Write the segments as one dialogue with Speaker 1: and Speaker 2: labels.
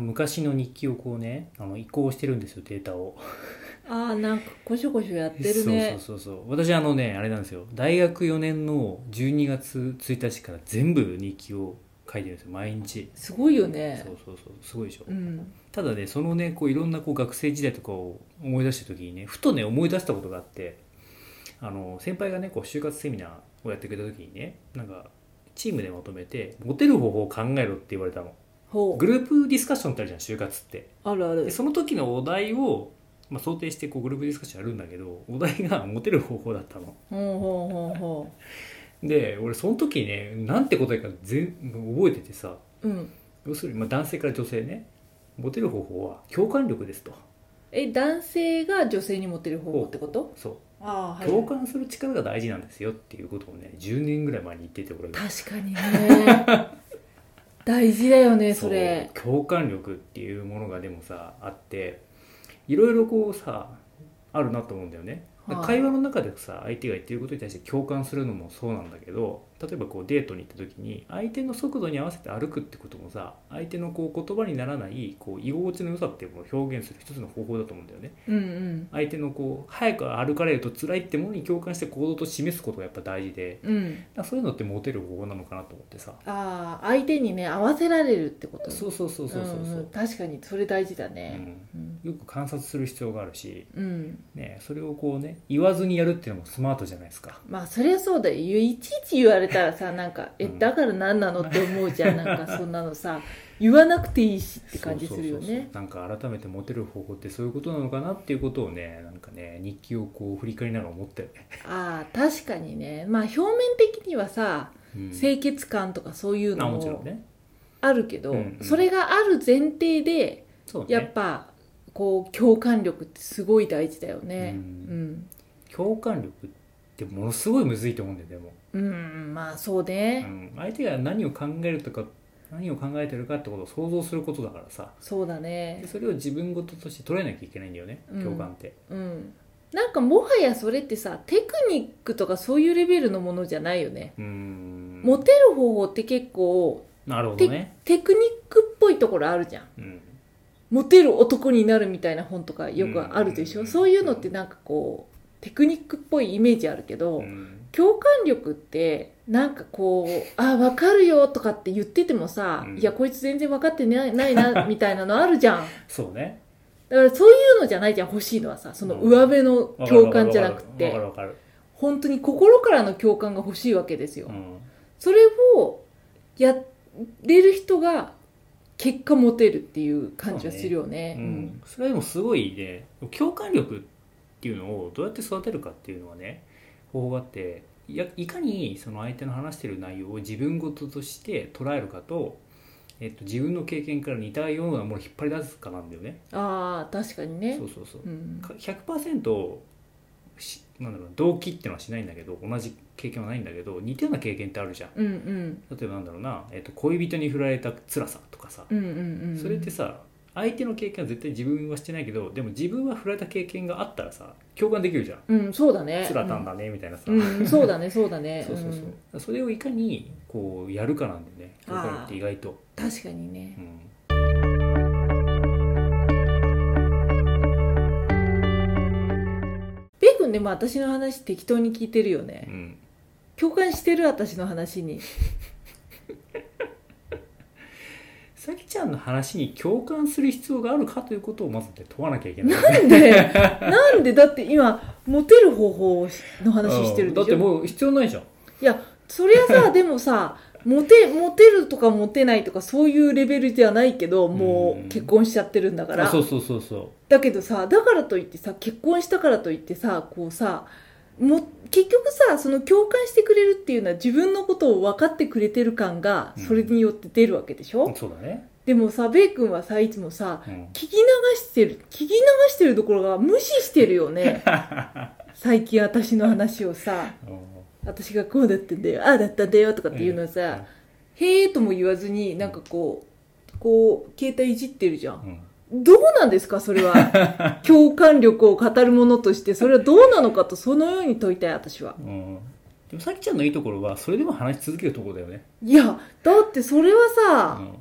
Speaker 1: 昔の日記をこうねあの移行してるんですよデータを
Speaker 2: ああなんかこしょこしょやってる
Speaker 1: そ
Speaker 2: ね
Speaker 1: うそうそうそう私あのねあれなんですよ大学4年の12月1日から全部日記を書いてるんですよ毎日
Speaker 2: すごいよ
Speaker 1: そ
Speaker 2: ね
Speaker 1: うそうそうすごいでしょ、
Speaker 2: うん
Speaker 1: ただねそのねこういろんなこう学生時代とかを思い出した時にねふとね思い出したことがあってあの先輩がねこう就活セミナーをやってくれた時にねなんかチームでまとめてモテる方法を考えろって言われたの
Speaker 2: ほ
Speaker 1: グループディスカッションってあるじゃん就活って
Speaker 2: うあるある
Speaker 1: でその時のお題を、まあ、想定してこうグループディスカッションやるんだけどお題がモテる方法だったの
Speaker 2: ほうほうほうほ
Speaker 1: で俺その時ねなんて答えか全覚えててさ
Speaker 2: ううん
Speaker 1: 要するに、まあ、男性から女性ねモテる方法は共感力ですと
Speaker 2: え男性が女性にモテる方法ってこと
Speaker 1: そう
Speaker 2: ああ
Speaker 1: 共感する力が大事なんですよっていうことをね10年ぐらい前に言ってて俺が
Speaker 2: 確かにね大事だよねそれ
Speaker 1: そう共感力っていうものがでもさあっていろいろこうさあるなと思うんだよね、
Speaker 2: はい
Speaker 1: 会話の中でさ相手が言ってることに対して共感するのもそうなんだけど例えばこうデートに行った時に相手の速度に合わせて歩くってこともさ相手のこう言葉にならないこう居心地の良さっていうものを表現する一つの方法だと思うんだよね
Speaker 2: うんうん
Speaker 1: 相手のこう早く歩かれると辛いってものに共感して行動と示すことがやっぱ大事で
Speaker 2: うん
Speaker 1: だからそういうのってモテる方法なのかなと思ってさ
Speaker 2: ああ相手にね合わせられるってこと
Speaker 1: そうそうそうそうそうそ
Speaker 2: んん
Speaker 1: う、
Speaker 2: 確かにそれ大事だ
Speaker 1: う
Speaker 2: ね
Speaker 1: ん
Speaker 2: うん、
Speaker 1: よく観察する必要があるし、
Speaker 2: うん
Speaker 1: ね、それをこうね言わずにやるっていうのもスマートじゃないですか
Speaker 2: まあそりゃそうだよいちいち言われたら さなんか「え
Speaker 1: うん
Speaker 2: だから何なの?」って思うじゃんなんかそんなのさ言わなくていいしって感じするよ
Speaker 1: そうそうそう
Speaker 2: ね
Speaker 1: そうなんか改めてモテる方法ってそういうことなのかなっていうことをねなんかね日記をこう振り返りながら思ったよね、
Speaker 2: ああ確かにねまあ表面的にはさ
Speaker 1: うん、
Speaker 2: 清潔感とかそういう
Speaker 1: あ
Speaker 2: の
Speaker 1: もちろん
Speaker 2: も
Speaker 1: ね
Speaker 2: あるけど、
Speaker 1: うんうん
Speaker 2: それがある前提で
Speaker 1: そう
Speaker 2: やっ
Speaker 1: ね
Speaker 2: ぱこう共感力ってすごい大事だよね
Speaker 1: う
Speaker 2: うん
Speaker 1: ん、共感力ってものすごいむずいと思うんだよでも、
Speaker 2: うんまあそう
Speaker 1: う
Speaker 2: ね、
Speaker 1: ん、相手が何を考えるとか何を考えてるかってことを想像することだからさ
Speaker 2: そうだね
Speaker 1: でそれを自分事として捉えなきゃいけないんだよね
Speaker 2: うん
Speaker 1: 共感って、
Speaker 2: うんなんかもはやそれってさテクニックとかそういうレベルのものじゃないよね、
Speaker 1: うーん
Speaker 2: モテる方法って結構
Speaker 1: なるほどね、
Speaker 2: テクニックっぽいところあるじゃ
Speaker 1: う
Speaker 2: ん
Speaker 1: ん、
Speaker 2: モテる男になるみたいな本とかよくあるでしょ、
Speaker 1: うん
Speaker 2: そういうのってなんかこうテクニックっぽいイメージあるけど、
Speaker 1: うん
Speaker 2: 共感力ってなんかこう「あ分かるよ」とかって言っててもさ「
Speaker 1: うん
Speaker 2: いやこいつ全然分かってないないな」みたいなのあるじゃん
Speaker 1: そうね
Speaker 2: だからそういうのじゃないじゃん欲しいのはさその上辺の
Speaker 1: わかる
Speaker 2: 共感じゃなく
Speaker 1: わかる
Speaker 2: て
Speaker 1: わかるわか
Speaker 2: 本当に心からの共感が欲しいわけですよ、
Speaker 1: る、うん、
Speaker 2: それをやれる人が結果モテるっていう感じはするよね
Speaker 1: うんそれはでもすごいね共感力っていうのをどうやって育てるかっていうのはね方法があっていやいかにその相手の話してる内容を自分事として捉えるかと、えっと、自分の経験から似たようなものを引っ張り出すかなんだよね
Speaker 2: うんああ確かにね
Speaker 1: そうそうそう
Speaker 2: うん
Speaker 1: か100%しなんだろう動機ってのはしないんだけど同じ経験はないんだけど似たような経験ってあるじゃん
Speaker 2: うんうん
Speaker 1: 例えばなんだろうな、えっと恋人に振られた辛さとかさ、
Speaker 2: うんうんうん
Speaker 1: それってさ相手の経験は絶対自分はしてないけどでも自分は振られた経験があったらさ共感できるじゃん
Speaker 2: うんそうだね
Speaker 1: 辛たんだねみたいなさ、
Speaker 2: うん、そうだねそうだ ね
Speaker 1: そうそうそう、
Speaker 2: ん
Speaker 1: それをいかにこうやるかなんだよね共感力って意外と、
Speaker 2: 確かにね
Speaker 1: うん、
Speaker 2: ベイ君でも私の話適当に聞いてるよ
Speaker 1: う
Speaker 2: ね
Speaker 1: ん、
Speaker 2: 共感してる私の話に
Speaker 1: さきちゃんの話に共感する必要があるかということをまずね問わなきゃいけない
Speaker 2: なんで なんでだって今モテる方法の話してる
Speaker 1: うん
Speaker 2: でし
Speaker 1: だ
Speaker 2: ょ
Speaker 1: ってもう必要ないじゃん
Speaker 2: いやそりゃ さでもさモテモテるとかモテないとかそういうレベルじゃないけども
Speaker 1: うん
Speaker 2: う結婚しちゃってるんだから
Speaker 1: あそうそうそうそう
Speaker 2: だけどさだからといってさ結婚したからといってさこうさも結局さその共感してくれるっていうのは自分のことを分かってくれてる感が
Speaker 1: うん
Speaker 2: それによって出るわけでしょ、
Speaker 1: そうだね、
Speaker 2: でもさベイ君はさいつもさ
Speaker 1: うん、
Speaker 2: 聞き流してる聞き流してるどころが無視してる よね最近私の話をさ私がこうだってんだよああだったんだよとかっていうのをさ、へーとも言わずになんかこうこう携帯いじってるじゃん
Speaker 1: うん
Speaker 2: どうなんですかそれ は。共感力を語るものとして、それはどうなのかと、そのように問いたい、私は。
Speaker 1: うん、でもさきちゃんのいいところはそれでも話し続けるところだよね、
Speaker 2: いや、だってそれは
Speaker 1: う
Speaker 2: さ、
Speaker 1: ん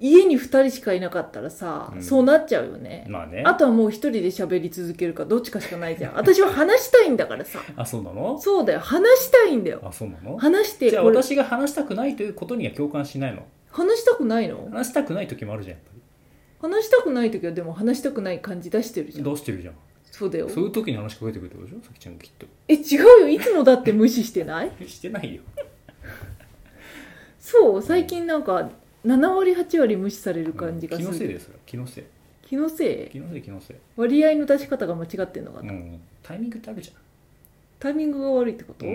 Speaker 2: 家に2人しかいなかったらさ、
Speaker 1: うん
Speaker 2: そうなっちゃうよね。
Speaker 1: まあね
Speaker 2: あとはもう1人で喋り続けるかどっちかしかないじゃん。私は話したいんだか らさ。
Speaker 1: あそうなの
Speaker 2: そうだよ。話したいんだよ。
Speaker 1: あそうなの
Speaker 2: 話して、
Speaker 1: じゃあ
Speaker 2: これ
Speaker 1: 私が話したくないということには共感しないの
Speaker 2: 話したくないの
Speaker 1: 話したくない時もあるじゃんやっぱ
Speaker 2: 話したくない時はでも話したくない感じ出してるじゃ
Speaker 1: り
Speaker 2: ん。
Speaker 1: 出してるじゃん
Speaker 2: そうだよ。
Speaker 1: そういう時に話しかけてくるってことでしょさきちゃんがきっと
Speaker 2: え、違うよ。いつもだって無視し てない
Speaker 1: してないよ
Speaker 2: そう。最近なんか、7割8割無視される感じがす
Speaker 1: 気
Speaker 2: る。
Speaker 1: のせいですよ気のせい
Speaker 2: 気のせい
Speaker 1: 気のせい気のせい
Speaker 2: 割合の出し方が間違ってんのか
Speaker 1: う
Speaker 2: な、
Speaker 1: んタイミングってあるじ
Speaker 2: タイミングが悪いってこ
Speaker 1: ゃ
Speaker 2: と
Speaker 1: んう
Speaker 2: う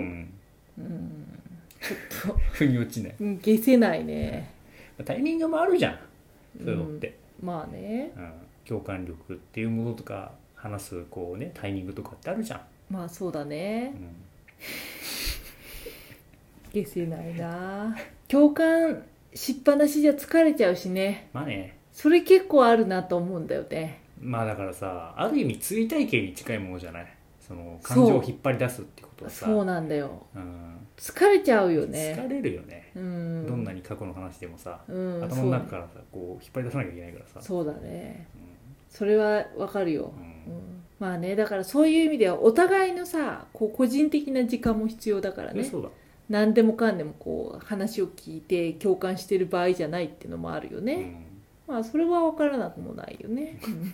Speaker 1: んん
Speaker 2: ちょっと
Speaker 1: 腑に落ちない
Speaker 2: うん消せないね
Speaker 1: タイミングもあるじゃんそういうのって、
Speaker 2: まあね
Speaker 1: うん共感力っていうものとか話すこうねタイミングとかってあるじゃん、
Speaker 2: まあそうだ
Speaker 1: う
Speaker 2: ね
Speaker 1: ん
Speaker 2: 消せないな共感しっぱなしじゃ疲れちゃうしね
Speaker 1: まあね
Speaker 2: それ結構あるなと思うんだよね
Speaker 1: まあだからさある意味追体系に近いものじゃないその感情を引っ張り出すってことはさ
Speaker 2: そうなんだよ
Speaker 1: うん
Speaker 2: 疲れちゃうよね
Speaker 1: 疲れるよね、
Speaker 2: うん
Speaker 1: どんなに過去の話でもさ、
Speaker 2: うん
Speaker 1: 頭の中からさこう引っ張り出さなきゃいけないからさ
Speaker 2: そうそうだね
Speaker 1: う
Speaker 2: それはわかるよ、
Speaker 1: んうん
Speaker 2: うんまあねだからそういう意味ではお互いのさこう個人的な時間も必要だから
Speaker 1: で
Speaker 2: ね
Speaker 1: そうだ
Speaker 2: 何でもかんでもこう話を聞いて共感してる場合じゃないっていうのもあるよ
Speaker 1: う
Speaker 2: ね、
Speaker 1: ん
Speaker 2: まあそれは分からなくも ないよね、うんい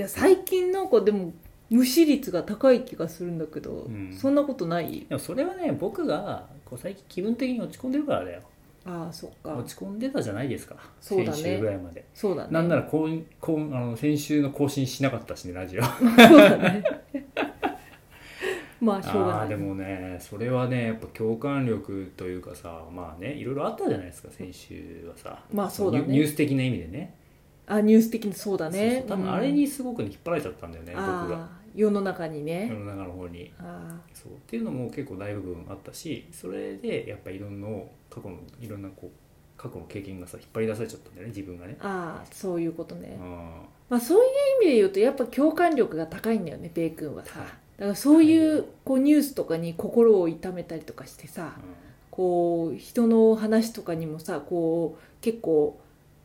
Speaker 2: や最近なんかでも無視率が高い気がするんだけど、
Speaker 1: ん
Speaker 2: そんなことない
Speaker 1: でもそれはね僕がこう最近気分的に落ち込んでるからだよ
Speaker 2: ああそっか
Speaker 1: 落ち込んでたじゃないですか
Speaker 2: そうだね
Speaker 1: 先週ぐらいまで
Speaker 2: そうだね
Speaker 1: なんならこうこうあの先週の更新しなかったしねラジオあ
Speaker 2: そう だねまあしょうがな
Speaker 1: ー
Speaker 2: い
Speaker 1: でもねそれはねやっぱ共感力というかさまあねいろいろあったじゃないですか先週はさ
Speaker 2: まあそうだね
Speaker 1: ニュニュース的な意味でね
Speaker 2: あニュース的にそうだね
Speaker 1: そうそう多分あれにすごくね引っ張られちゃったんだよね、
Speaker 2: うん
Speaker 1: 僕が
Speaker 2: ああ世の中に
Speaker 1: 世
Speaker 2: ね、
Speaker 1: の中の方に
Speaker 2: ああ
Speaker 1: そうっていうのも結構大部分あったしそれでやっぱいろんな過去のいろんなこう過去の経験がさ引っ張り出されちゃったんだよね自分がね、
Speaker 2: ああそういうことね、
Speaker 1: うん、
Speaker 2: まあ、そういう意味で言うとやっぱ共感力が高いんだよねベイ君はさだからそういうこうニュースとかに心を痛めたりとかしてさこう人の話とかにもさこう結構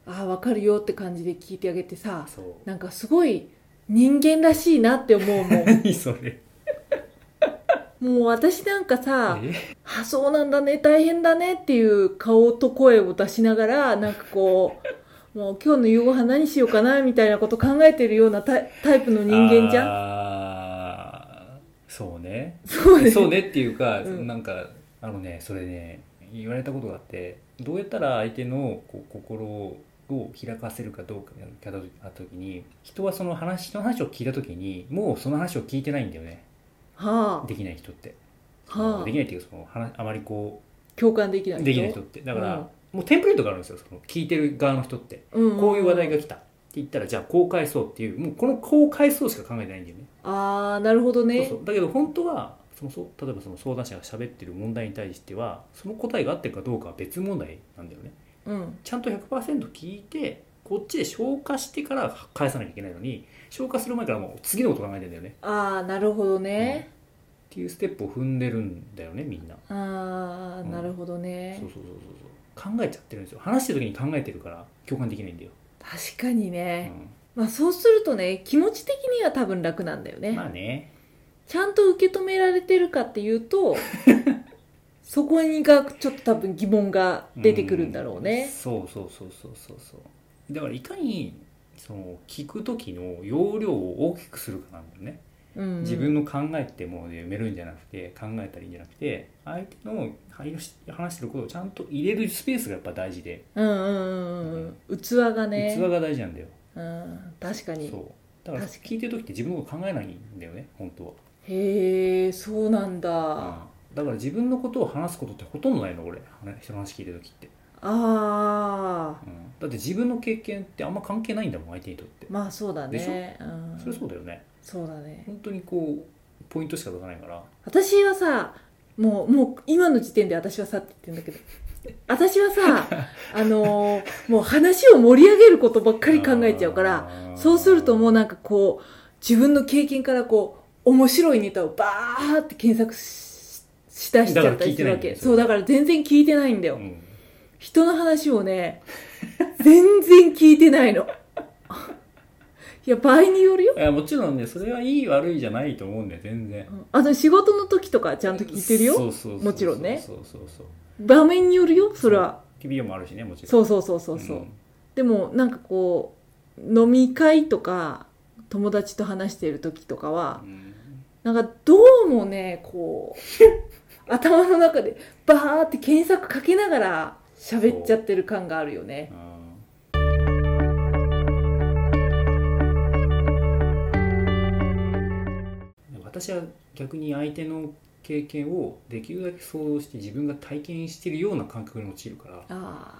Speaker 2: ああ分かるよって感じで聞いてあげてさ
Speaker 1: そう
Speaker 2: なんかすごい人間らしいなって思 うも ん
Speaker 1: 何それ
Speaker 2: もう私なんかさ
Speaker 1: え
Speaker 2: あそうなんだね大変だねっていう顔と声を出しながらなんかこ うもう今日の夕ご飯何しようかなみたいなこと考えてるようなタイタイプの人間じゃん
Speaker 1: あーそうね
Speaker 2: そうです
Speaker 1: そうねっていうか、
Speaker 2: うん
Speaker 1: なんかあのねそれね言われたことがあってどうやったら相手のこう心を開かせるかどうかやった時に人はその話人の話を聞いた時にもうその話を聞いてないんだよね
Speaker 2: は
Speaker 1: できない人って、
Speaker 2: あ、はあ
Speaker 1: でき、ないっていうかその話あまりこ
Speaker 2: 共感できな
Speaker 1: う
Speaker 2: い
Speaker 1: できない人ってだから、
Speaker 2: うん
Speaker 1: もうテンプレートがあるんですよその聞いてる側の人って、
Speaker 2: うん
Speaker 1: こういう話題が来たって言ったらじゃあこう返そうっていうもうこのこう返そうしか考えてないんだよね
Speaker 2: ああなるほどね
Speaker 1: そうそうだけど本当はそのそう例えばその相談者が喋ってる問題に対してはその答えが合ってるかどうかは別問題なんだよね
Speaker 2: うん
Speaker 1: ちゃんと100%聞いてこっちで消化してから返さなきゃいけないのに消化する前からもう次のこと考えてんだよね
Speaker 2: ああなるほどね、
Speaker 1: っていうステップを踏んでるんだよねみんな、
Speaker 2: ああ
Speaker 1: うん
Speaker 2: なるほどね、
Speaker 1: そうそうそうそうそう考えちゃってるんですよ話してる時に考えてるから共感できないんだよ、
Speaker 2: 確かに
Speaker 1: う
Speaker 2: ね、
Speaker 1: ん、
Speaker 2: まあそうするとね気持ち的には多分楽なんだよね、
Speaker 1: まあね
Speaker 2: ちゃんと受け止められてるかってい うとそこにがちょっと多分疑問が出てくるんだろう
Speaker 1: うん
Speaker 2: ね、
Speaker 1: そうそうそうそうそうそうだからいかにその聞く時の容量を大きくするかなんだよね
Speaker 2: うん
Speaker 1: 自分の考えってもうね埋めるんじゃなくて考えたりじゃなくて相手の話してることをちゃんと入れるスペースがやっぱ大事で、
Speaker 2: うんうんうんうん器がね
Speaker 1: 器が大事なんだよ、
Speaker 2: うん、確かに
Speaker 1: そうだから
Speaker 2: 確か
Speaker 1: 聞いてる時って自分のこと考えないんだよね本当
Speaker 2: へえそうなんだ、
Speaker 1: は、うんだから自分のことを話すことってほとんどないの俺人の話聞いてる時って、
Speaker 2: ああ
Speaker 1: うんだって自分の経験ってあんま関係ないんだもん相手にとって、
Speaker 2: まあそうだ
Speaker 1: でしょ
Speaker 2: ねうん
Speaker 1: それそうだよね
Speaker 2: そうだね
Speaker 1: 本当にこうポイントしか出さないから
Speaker 2: 私はさもうもう今の時点で私はさって言ってるんだ けど私はさあのーもう話を盛り上げることばっかり考えちゃうから
Speaker 1: ら
Speaker 2: そうするともう
Speaker 1: な
Speaker 2: なんかこう自分の経験からこう面白いネタをバーって検索ししだしちゃったりするわ
Speaker 1: だから聞いてないんだ
Speaker 2: け
Speaker 1: よ
Speaker 2: そうだから全然聞いてないんだよ、
Speaker 1: うん
Speaker 2: 人の話をね、全然聞いてないの。いや、場合によるよ。
Speaker 1: いやもちろんねそれはいい悪いじゃないと思うんだよ全然
Speaker 2: うんあの、仕事の時とかちゃんと聞いてる
Speaker 1: そ
Speaker 2: よ。
Speaker 1: うそうそうそう
Speaker 2: もちろんね
Speaker 1: そうそうそう
Speaker 2: 場面によるよ、それは。
Speaker 1: 企業もあるしねもちろん
Speaker 2: そうそうそうそうそう。でも、なんかこう、飲み会とか、友達と話している時とかは
Speaker 1: う、ん
Speaker 2: なんかどうもね、こう、 頭の中でバーって検索かけながら喋っちゃってる感があるよね。
Speaker 1: うん私は逆に相手の経験をできるだけ想像して自分が体験してるような感覚に陥るから
Speaker 2: あ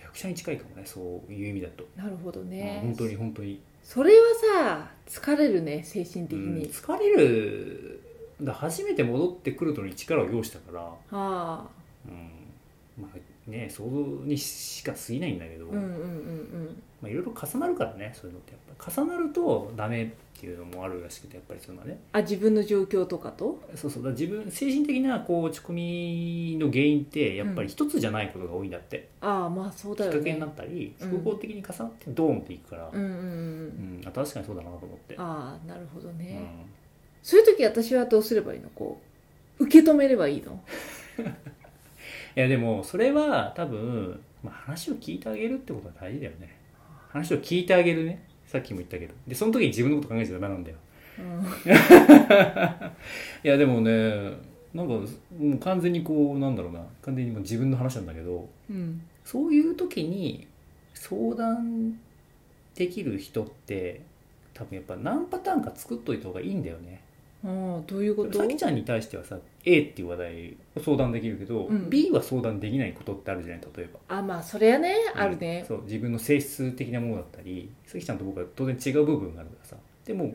Speaker 1: 役者に近いかもねそういう意味だと、
Speaker 2: あ、なるほど
Speaker 1: うん
Speaker 2: ね。
Speaker 1: 本当に本当に、
Speaker 2: それはさ、疲れるね、精神
Speaker 1: う
Speaker 2: 的
Speaker 1: ん、
Speaker 2: に。
Speaker 1: 疲れるだ初めて戻ってくるのに力を要したから、
Speaker 2: ああ、
Speaker 1: うん、まあね想像にしか過ぎないんだけど、
Speaker 2: うんうんうん
Speaker 1: まあ、いろいろ重なるからねそういうのってやっぱ重なるとダメっていうのもあるらしくてやっぱりそのね
Speaker 2: あ、自分の状況とかと
Speaker 1: そうそうだから自分精神的なこう落ち込みの原因ってやっぱり一つじゃないことが多いんだって、
Speaker 2: ああ、まあそうだ
Speaker 1: きっ
Speaker 2: よ
Speaker 1: かけに
Speaker 2: ね
Speaker 1: なっ。たり
Speaker 2: うん
Speaker 1: 複合的に重なってドーンっていくから、う
Speaker 2: うんんうんうん。
Speaker 1: あ確かにそうだなと思って、
Speaker 2: ああ、なるほど
Speaker 1: う
Speaker 2: ね。
Speaker 1: ん
Speaker 2: そういう時私はどうすればいいのこう、受け止めればいい の
Speaker 1: いやでもそれは多分、まあ、話を聞いてあげるってことが大事だよね話を聞いてあげるねさっきも言ったけどでその時に自分のこと考えちゃダメなんだよ
Speaker 2: うん。
Speaker 1: いやでもねなんかもう完全にこうなんだろうな完全にもう自分の話なんだけど
Speaker 2: うん。
Speaker 1: そういう時に相談できる人って多分やっぱ何パターンか作っといた方がいいんだよね
Speaker 2: ああ、どういうこと
Speaker 1: さきちゃんに対してはさ A っていう話題を相談できるけど、
Speaker 2: うん
Speaker 1: B は相談できないことってあるじゃない例えば
Speaker 2: あまあそれはね、ある
Speaker 1: うん
Speaker 2: ね
Speaker 1: そう自分の性質的なものだったりさきちゃんと僕は当然違う部分があるからさでも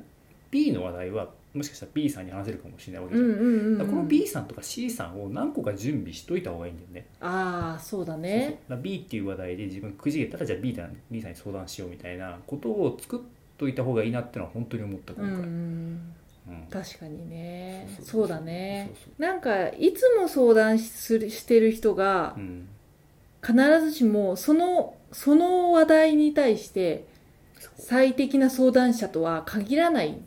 Speaker 1: B の話題はもしかしたら B さんに話せるかもしれないわけ
Speaker 2: う
Speaker 1: じゃん
Speaker 2: んうんうん、
Speaker 1: だ
Speaker 2: うん、
Speaker 1: からこの B さんとか C さんを何個か準備しといた方がいいんだよね。
Speaker 2: ああそう
Speaker 1: そう
Speaker 2: だ
Speaker 1: そう
Speaker 2: ね
Speaker 1: だから B っていう話題で自分くじけたらじゃあ B さん B さんに相談しようみたいなことを作っといた方がいいなってのは本当に思った今
Speaker 2: う
Speaker 1: 回。
Speaker 2: んう
Speaker 1: うん
Speaker 2: ん
Speaker 1: うん
Speaker 2: 確かにね
Speaker 1: そうそう
Speaker 2: そうだね
Speaker 1: そう
Speaker 2: なんかいつも相談しするしてる人が
Speaker 1: そううん
Speaker 2: 必ずしもそのその話題に対して
Speaker 1: そう
Speaker 2: 最適な相談者とは限らないっ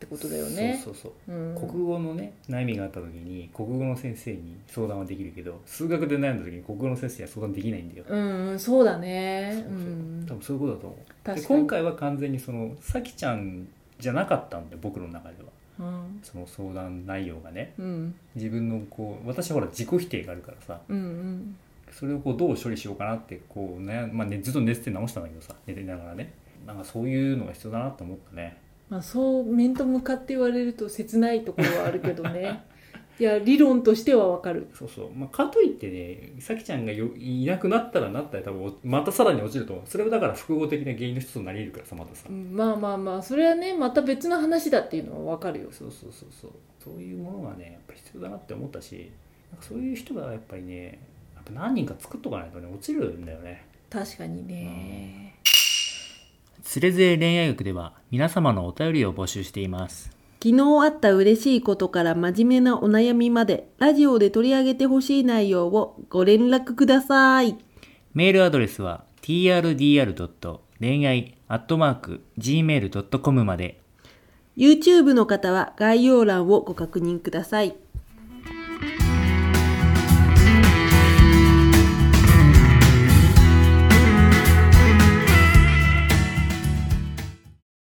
Speaker 2: てことだよね
Speaker 1: そうそうそう
Speaker 2: うん
Speaker 1: 国語のね悩みがあった時に国語の先生に相談はできるけど数学で悩んだ時に国語の先生には相談できないんだよ。
Speaker 2: うんうんそうだね
Speaker 1: そうそう
Speaker 2: うん
Speaker 1: 多分そういうことだと思う。で
Speaker 2: 確かに
Speaker 1: 今回は完全にそのさきちゃんじゃなかったんで僕の中では
Speaker 2: うん
Speaker 1: その相談内容がね。
Speaker 2: うん
Speaker 1: 自分のこう私はほら自己否定があるからさ
Speaker 2: うんうん
Speaker 1: それをこうどう処理しようかなってこう悩ん、まあね、ずっと寝てて直したんだけどさ寝てながらねなんかそういうのが必要だなと思ったね
Speaker 2: まあ、そう面と向かって言われると切ないところはあるけど ねいや理論としてはわかる
Speaker 1: そうそう、まあ、かといってねさきちゃんがよいなくなったらなったら多分またさらに落ちると思うそれはだから複合的な原因の一つになり得るからさまたさ、
Speaker 2: うんまあまあまあそれはねまた別の話だっていうのはわかるよ
Speaker 1: そうそうそうそうそういうものがねやっぱ必要だなって思ったしなんかそういう人がやっぱりねやっぱ何人か作っとかないとね落ちるんだよね
Speaker 2: 確かにね
Speaker 1: つれづれ恋愛学では皆様のお便りを募集しています
Speaker 3: 昨日あった嬉しいことから真面目なお悩みまで、ラジオで取り上げてほしい内容をご連絡ください。
Speaker 1: メールアドレスは trdr. 恋愛 .gmail.com まで
Speaker 3: YouTube の方は概要欄をご確認ください。